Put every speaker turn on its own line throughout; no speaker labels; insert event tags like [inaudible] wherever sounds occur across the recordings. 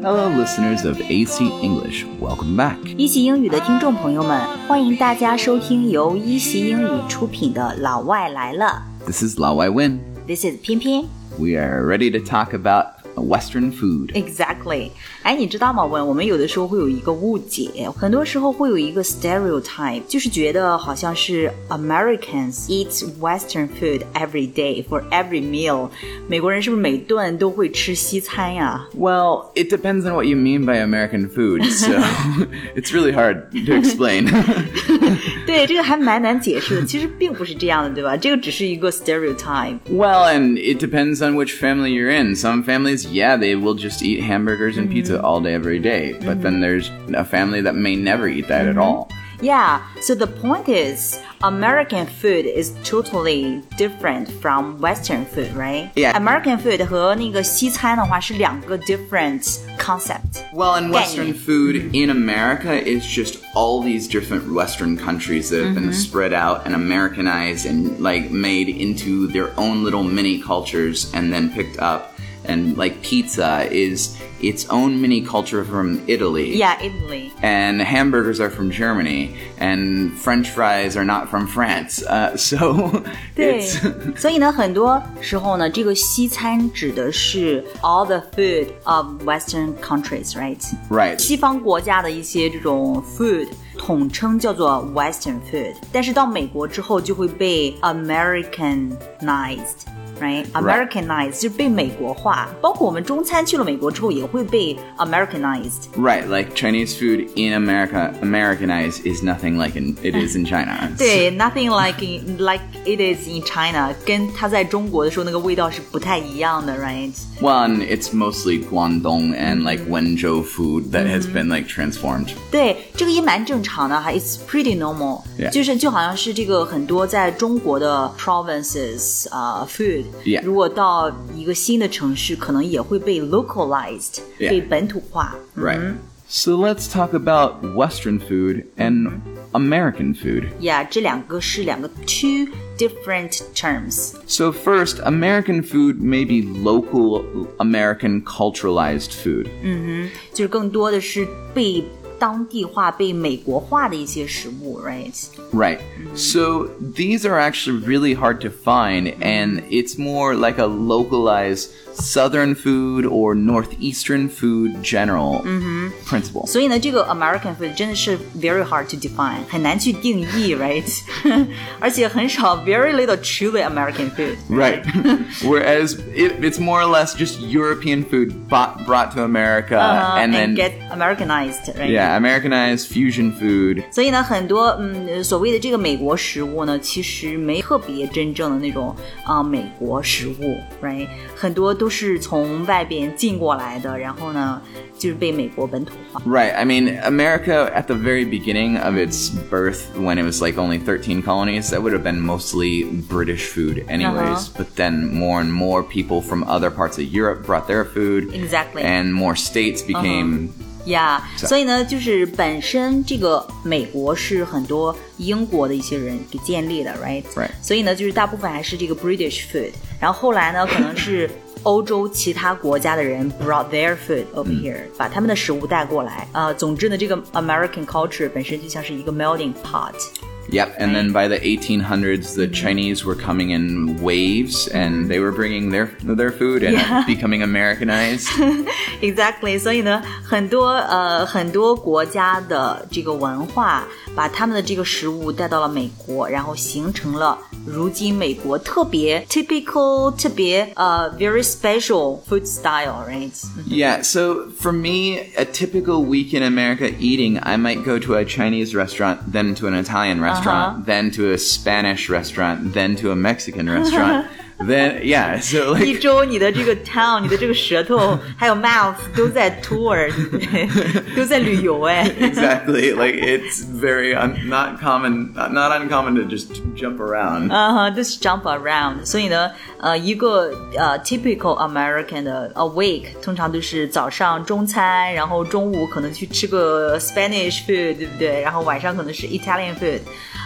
Hello, listeners of AC English. Welcome back.
一席英语的听众朋友们，欢迎大家收听由一席英语出品的《老外来了
This is Lao Wai Wen.》
，This is 偏偏
We are ready to talk about Western food.
exactly。哎，你知道吗？问我们有的时候会有一个误解，很多时候会有一个 stereotype，就是觉得好像是 Americans eat Western food every day for every meal，美国人是不是每顿都会吃西餐呀？
Well, it depends on what you mean by American food, so [laughs] it's really hard to explain.
对，这个还蛮难解释的，其实并不是这样的，对吧？这个只是一个 stereotype。
well, and it depends on which family you're in. Some families, yeah, they will just eat hamburgers and pizza all day, every day, but then there's a family that may never eat that at all.
Yeah, so the point is, American food is totally different from Western food, right?
Yeah.
American food 和那个西餐的话是两个 different concept.
Well, and Western
Gang.
food in America is just all these different Western countries that have been spread out and Americanized and like made into their own little mini cultures and then picked up. And like pizza is its own mini culture from Italy.
Yeah, Italy.
And hamburgers are from Germany, and French fries are not from France. Uh, [laughs] so
对
it's， [laughs]
所以呢，很多时候呢，这个西餐指的是 all the food of Western countries, right?
right.
西方国家的一些这种 food 统称叫做 Western food，但是到美国之后就会被 Americanized。Right, Americanized 就被美国化，包括我们中餐去了美国之后也会被 Americanized。
Right, like Chinese food in America, Americanized is nothing like in, it is in China.
对，nothing like in, like it is in China，跟它在中国的时候那个味道是不太一样的，right？
Well, and it's mostly Guangdong and like Wenzhou food that has been like transformed.
对，这个也蛮正常的哈，It's pretty normal，、
Yeah.
就是就好像是这个很多在中国的 provinces 啊、food，、
Yeah.
如果到一个新的城市，可能也会被 localized，、
Yeah.
被本土化。
Right. So let's talk about Western food and American food.
Yeah，这两个是两个 two different terms。
So, first, American food may be local American culturalized food.
就是更多的是被当地化、被美国化的一些食物，right？
Right. So these are actually really hard to find, and it's more like a localized southern food or northeastern food general principle.
所以呢，这个 American food 真的是 very hard to define，很难去定义，right？而且很少 very little truly American food。
[laughs] Right.
[laughs]
Whereas it, it's more or less just European food bought, brought to America
Uh-huh,
and then.
Uh, get Americanized, right?
yeah, Americanized fusion food.
所以呢，很多嗯呃所谓的这个美国食物呢，其实没特别真正的那种啊、美国食物，right？很多都是从外边进过来的，然后呢就是被美国本土化。
Right. I mean, America at the very beginning of its birth, when it was like only 13 colonies, that would have been mostly British food, anyways. But then more and more people from other parts of Europe brought their food.
Exactly.
And more states became.
Yeah，所以呢，就是本身这个美国是很多英国的一些人给建立的，right？
Right
所以呢，就是大部分还是这个 British food，然后后来呢，可能是欧洲其他国家的人 brought their food over here，、把他们的食物带过来。呃，总之呢，这个 American culture 本身就像是一个 melting pot。
Yep. And then by the 1800s, the Chinese were coming in waves and they were bringing their, their food and becoming Americanized.
Exactly，所以呢，很多呃很多国家的这个文化，把他们的这个食物带到了美国，然后形成了如今美国特别 typical 特别呃 very special food style，right？
Yeah, so for me, a typical week in America eating, I might go to a Chinese restaurant, then to an Italian restaurant, then to a Spanish restaurant, then to a Mexican restaurant. then, yeah, so
一
like,
周你的这个 town，你的这个舌头还有 mouth 都在 tour，都在旅游哎。
exactly, like it's very un- not common, not uncommon to just jump around.
啊哈、j u s t jump around。所以呢，呃，一个呃 typical American 的 a week 通常都是早上中餐，然后中午可能去吃个 Spanish food，对不对？然后晚上可能是 Italian food，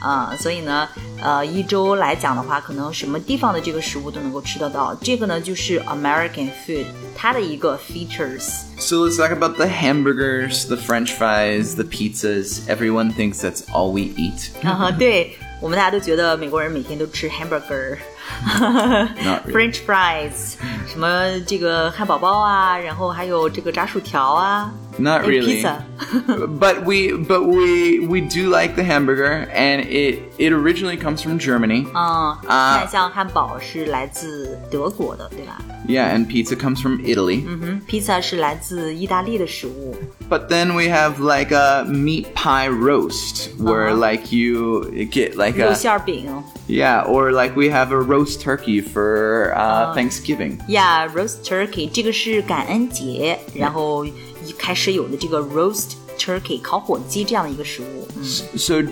啊、所以呢，呃，一周来讲的话，可能什么地方的这个食物都能够吃得到。这个呢，就是 American food 它的一个 features。
So let's talk about the hamburgers, the french fries, the pizzas. Everyone thinks that's all we eat.
啊哈，对我们大家都觉得美国人每天都吃 hamburger、 [laughs]
Not really.
French fries，什
嗯
么这个汉堡包啊，然后还有这个炸薯条啊
Not
and
really. [laughs]
pizza。
but we but we we do like the hamburger and it it originally comes from Germany.
嗯，
啊
那像汉堡是来自德国的，对吧？
Yeah, and pizza comes from Italy.
嗯哼，披萨是来自意大利的食物。
But then we have like a meat pie roast where
Uh-huh.
like you get like
肉
a
馅儿饼
yeah, or like we have a roast turkey for uh,
Uh-huh.
Thanksgiving.
，Yeah，roast turkey，这个是感恩节，然后一开始有的这个 roast turkey 烤火鸡这样的一个食物。嗯
So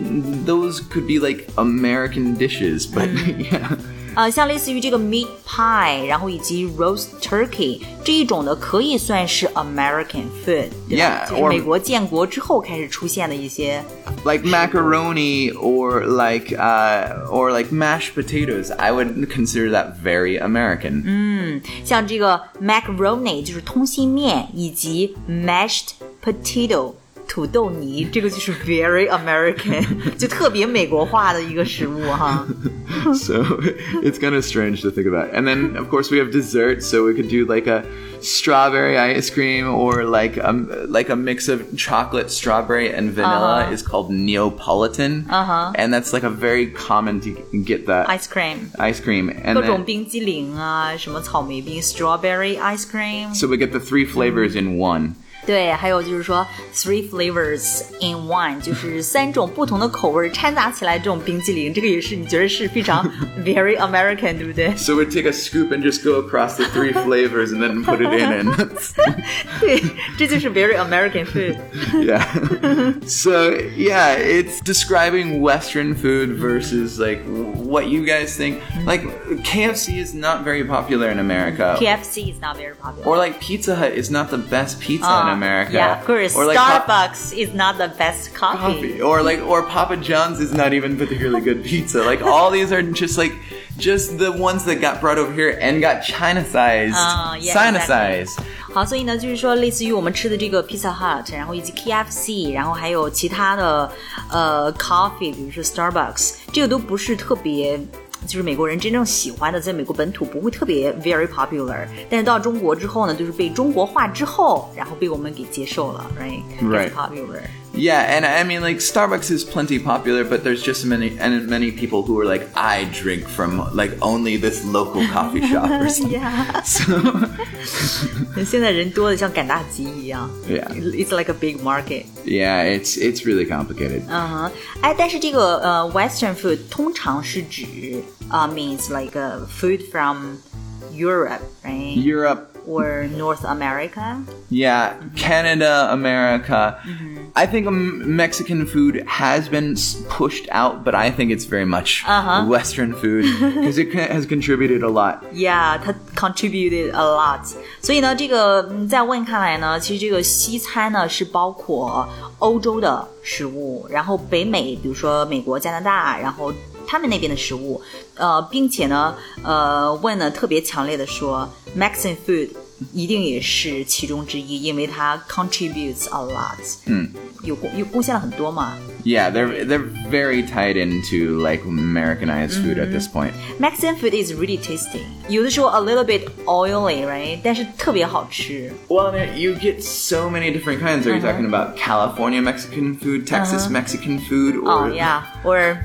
those could be like American dishes, but [laughs] yeah.
呃，像类似于这个 meat pie，然后以及 roast turkey 这一种的，可以算是 American food，对吧
Yeah，
就是
or-
美国建国之后开始出现的一些
like macaroni or like uh, or like mashed potatoes. I would consider that very American.
像这个 macaroni 就是通心面，以及 mashed potato 土豆泥，这个就是 very American，就 [laughs] 特别美国化的一个食物哈。
[laughs] So it's kind of strange to think about. And then of course we have dessert, so we could do like a strawberry ice cream or like um like a mix of chocolate, strawberry, and vanilla is called Neapolitan. Uh-huh. And that's like a very common to get that
嗯 ice cream，
ice cream. And
各种
then,
冰激凌啊，什么草莓冰 strawberry ice cream，
so we get the three flavors in one.
对，还有就是说 three flavors in one，就
[laughs]
是三种不同的口味掺杂起来这种冰激凌，这个也是你觉得是
[laughs]
非常 very American，对不对？
So we'd take a scoop and just go across the three flavors and then put it in and that's
对，这就是 very American food。 [laughs]
yeah. so yeah, it's describing Western food versus like what you guys think. Like KFC is not very popular in America.
KFC is not very popular.
Oh or like Pizza Hut is not the best pizza in
Uh,
America.
Yeah, of course.
Or like Pop-
Starbucks is not the best coffee.
coffee. Or like or Papa John's is not even particularly good pizza. Like all these are just like just the ones that got brought over here and got China sized.
Oh, yeah,
China
exactly.
sized.
好，所以呢，就是说，类似于我们吃的这个 Pizza Hut，然后以及 KFC，然后还有其他的呃 coffee，比如说 Starbucks，这个都不是特别。就是美国人真正喜欢的，在美国本土不会特别 very popular，但是到中国之后呢，就是被中国化之后，然后被我们给接受了，right？
Right.
Gets Popular.
Yeah, and I mean, like Starbucks is plenty popular, but there's just many and many people who are like, I drink from like only this local coffee
[laughs]
shop or something.
Yeah.
[laughs] So,
[laughs] 现在人多的像赶大集一样。
Yeah.
It's like a big market.
yeah, it's it's really complicated.
嗯哼，哎，但是这个呃、Western food 通常是指啊、means like a food from Europe, right?
Europe,
Or North America?
yeah, Canada, America.
Mm-hmm.
I think um, Mexican food has been s- pushed out, but I think it's very much
Uh-huh.
Western
[laughs]
food because it con- has contributed a lot.
Yeah，它 contributed a lot。所以呢，这个嗯在问看来呢，其实这个西餐呢是包括欧洲的食物，然后北美，比如说美国、加拿大，然后他们那边的食物，呃，并且呢，呃，问呢特别强烈的说，Mexican food 一定也是其中之一，因为它 contributes a lot。嗯，有贡有贡献了很多嘛。
Yeah, they're they're very tied into like Americanized food at
Mm-hmm.
this point.
Mexican food is really tasty，有的时候 a little bit oily，right？但是特别好吃。
Well, there- you get so many different kinds. Are
Uh-huh.
you talking about California Mexican food, Texas Mexican food, or
Oh yeah, or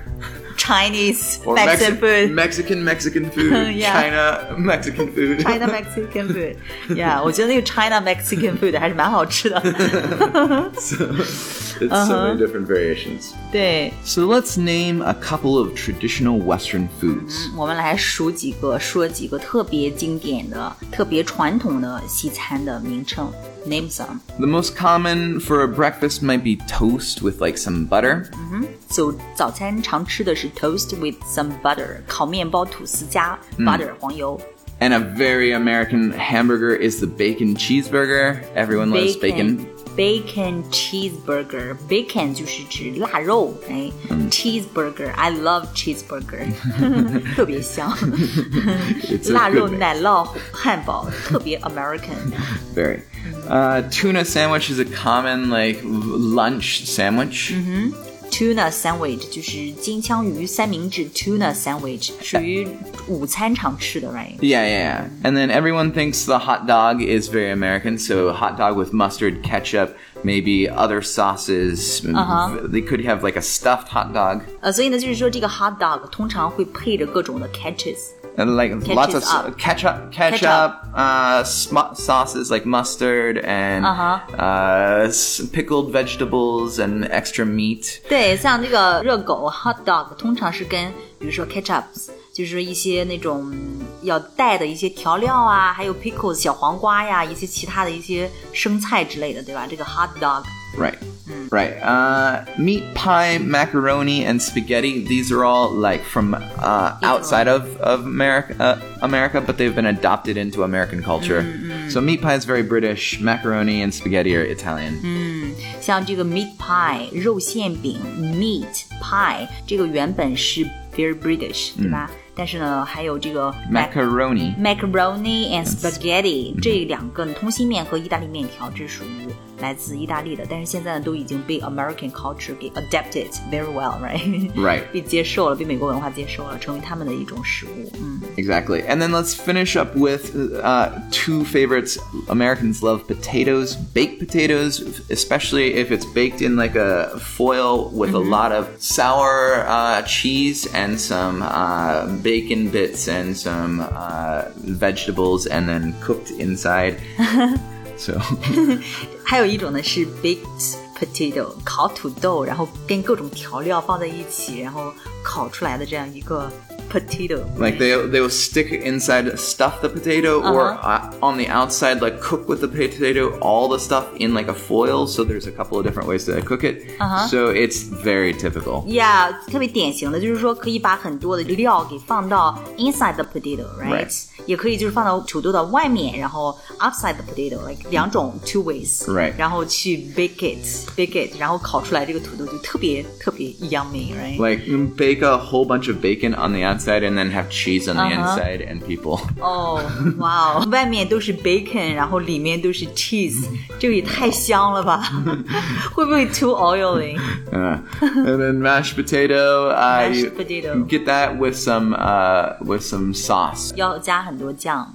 Chinese
or
Mexican
Mexi-
food.
Mexican Mexican food,
Yeah.
China Mexican food.
[laughs] China Mexican food, yeah，我觉得那个 China Mexican food 还是蛮好吃的。
[laughs] so, [laughs] it's so
Uh-huh.
many different variations.
对，
So let's name a couple of traditional Western foods.
我们来数几个，说几个特别经典的、特别传统的西餐的名称，name some。
The most common for a breakfast might be toast with like some butter.
就早餐常吃的是 toast with some butter，烤面包吐司加
嗯
butter 黄油。
And a very American hamburger is the bacon cheeseburger. Everyone loves bacon.
bacon cheeseburger。bacon 就是指腊肉，哎、cheeseburger，I love cheeseburger，特别香，
It's a
腊肉
good mix.
奶酪汉堡特别 American。 [laughs]
Very.
Mm-hmm.
Uh, tuna sandwich is a common like l- lunch sandwich.
Mm-hmm. Tuna sandwich 就是金枪鱼三明治，tuna sandwich 属于午餐常吃的，right？
Yeah, yeah, yeah. And then everyone thinks the hot dog is very American, so hot dog with mustard, ketchup, maybe other sauces. Mm,
Uh-huh.
They could have like a stuffed hot dog,
呃，所以呢，就是说这个 hot dog 通常会配着各种的 catches。
and like lots of
Ketchup
s-
up.
ketchup, ketchup, uh, sm- sauces like mustard and
Uh-huh.
uh, s- pickled vegetables and extra meat.
对，像这个热狗 hot dog 通常是跟比如说 ketchups，就是一些那种嗯要带的一些调料啊，还有 pickles 小黄瓜呀，一些其他的一些生菜之类的，对吧？这个 hot dog。
Right. Right. Uh, meat pie, macaroni, and spaghetti. These are all like from uh, outside of, of America, uh, America, but they've been adopted into American culture. So meat pie is very British. Macaroni and spaghetti are Italian.
像这个 meat pie 肉馅饼 meat pie 这个原本是 very British 对吧？但是呢，还有这个 mac
Macaroni.
macaroni and spaghetti 这两个通心面和意大利面条，这属于来自意大利的，但是现在呢都已经被 American culture 给 adapted very well，right？
Right.
[laughs] 被接受了，被美国文化接受了，成为他们的一种食物。嗯
Exactly. And then let's finish up with uh, two favorites. Americans love potatoes, baked potatoes, especially if it's baked in like a foil with a lot of sour uh, cheese and some uh, bacon bits and some uh, vegetables and then cooked inside. so,
还有一种呢是 baked potato 烤土豆，然后跟各种调料放在一起，然后烤出来的这样一个 potato。
like they, they will stick inside, stuff the potato, or
Uh-huh.
uh, on the outside, like cook with the potato, all the stuff in like a foil. So there's a couple of different ways to cook it.
Uh-huh.
So it's very typical.
Yeah，特别典型的就是说，可以把很多的料给放到 inside the potato，right？、
Right
也可以就是放到土豆的外面，然后 outside the potato，like 两种 two ways，right？
Right
然后去 bake it，bake it，然后烤出来这个土豆就特别特别 yummy，right？
Like mm, bake a whole bunch of bacon on the outside and then have cheese on the
Uh-huh.
inside and people. [laughs]
哦，哇哦， [laughs] 外面都是 bacon，然后里面都是 cheese，这个也太香了吧？ [laughs] 会不会 too oily？
Uh, and then mashed potato. Uh,
Mashed
you
potato.
Get that with some uh, with some sauce.
要加很多酱。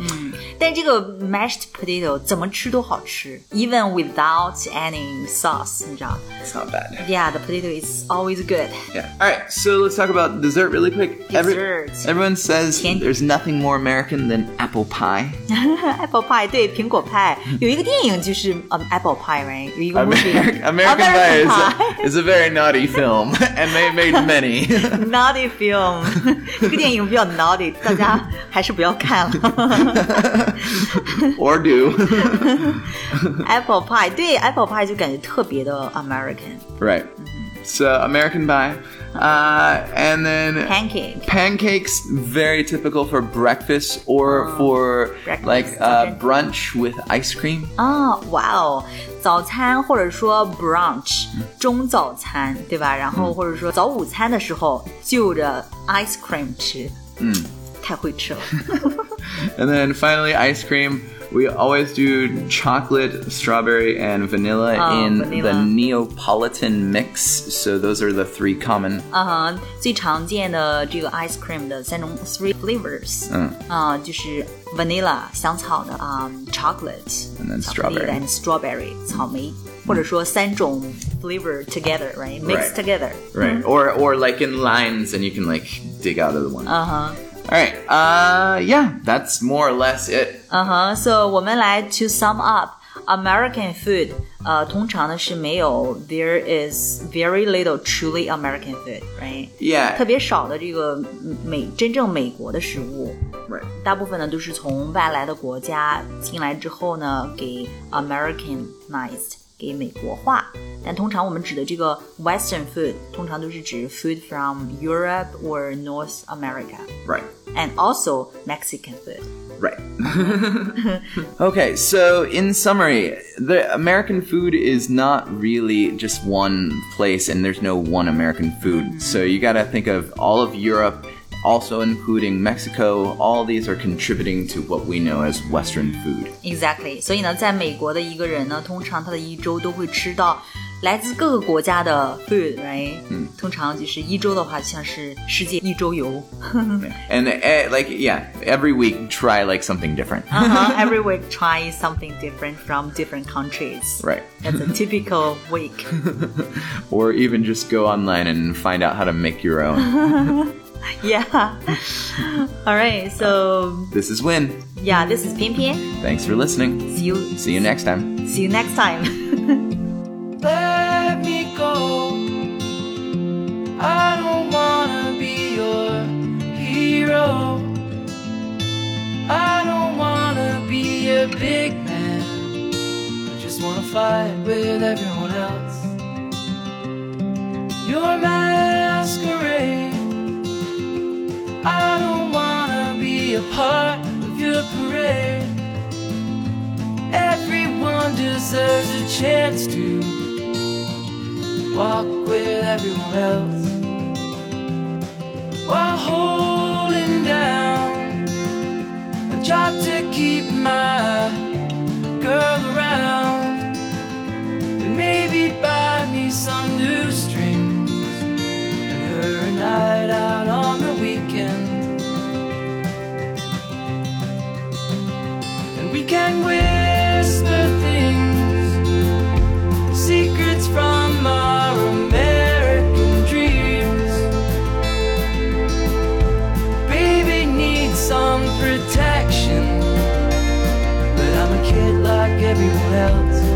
嗯
Yeah.
但这个 mashed potato 怎么吃都好吃，even without any sauce，你知道
It's not bad.
？Yeah, the potato is always good. [laughs]
Yeah. All right. So let's talk about dessert really quick.
Dessert.
everyone says
Candy.
there's nothing more American than apple pie.
Apple pie 对苹果派，有一个电影就是嗯 Apple pie right 有一个 movie
[laughs] American, American Pie is a, [laughs] is a very naughty film, [laughs] and they made many. [laughs]
[laughs] Naughty film，这 [laughs] 个电影比较 naughty，大家还是不要看了。 [laughs]
or do. [laughs]
Apple pie 对 Apple pie 就感觉特别的 American
right. So, American Pie. Uh, and then.
pancake。
Pancakes very typical for breakfast or for
Oh, breakfast,
like uh,
okay.
brunch with ice cream.
啊，哇哦，早餐或者说 brunch
嗯
中早餐，对吧？然后或者说早午餐的时候，就着 ice cream 吃，嗯，太会吃了。 [laughs]
And then finally, ice cream. We always do chocolate, strawberry, and vanilla
Oh,
in
vanilla.
the Neapolitan mix. So those are the three common.
啊哈，最常见的这个 ice cream 的三种 three flavors，
嗯，
啊，就是 vanilla 香草的啊、c h o c o l a t e
And then
巧克力
strawberry 嗯
and strawberry 草莓，或者说三种 flavor together，right？mixed
Right.
together，
Right. Or or like in lines, and you can like dig out of the one.
啊哈。
All right. Uh, yeah, that's more or less it.
嗯哼，so Uh-huh. 我们来 to sum up American food，呃，通常呢是没有 there is very little truly American food，right？
Yeah.
特别少的这个嗯美真正美国的食物，
Right.
大部分呢都是从外来的国家进来之后呢，给 Americanized，给美国化。但通常我们指的这个 Western food，通常都是指 food from Europe or North America，and
Right.
also Mexican food。
Right. [laughs] okay, so in summary, the American food is not really just one place, and there's no one American food. So you got to think of all of Europe, also including Mexico. All these are contributing to what we know as Western food.
Exactly，所以呢，在美国的一个人呢，通常他的一周都会吃到来自各个国家的 food，right？嗯，通常就是一周的话，就像是世界一周游。 [laughs]
And eh, like, yeah, every week try like something different.
Uh-huh, every week try something different from different countries.
Right.
That's a typical week. [laughs]
Or even just go online and find out how to make your own.
Yeah. All right. So
this is Win.
yeah, this is Pian Pian.
Thanks for listening.
See you.
See you next time.
See you next time. [laughs]
Let me go. I don't wanna be your hero. I don't wanna be a big man. I just wanna fight with everyone else. Your masquerade. I don't wanna be a part of your parade. Everyone deserves a chance to walk with everyone else while holding down a job to keep my girl around and maybe buy me some new strings and her a night out on the weekend and we can whisper things secrets from our American dreams. Baby needs some protection, but I'm a kid like everyone else.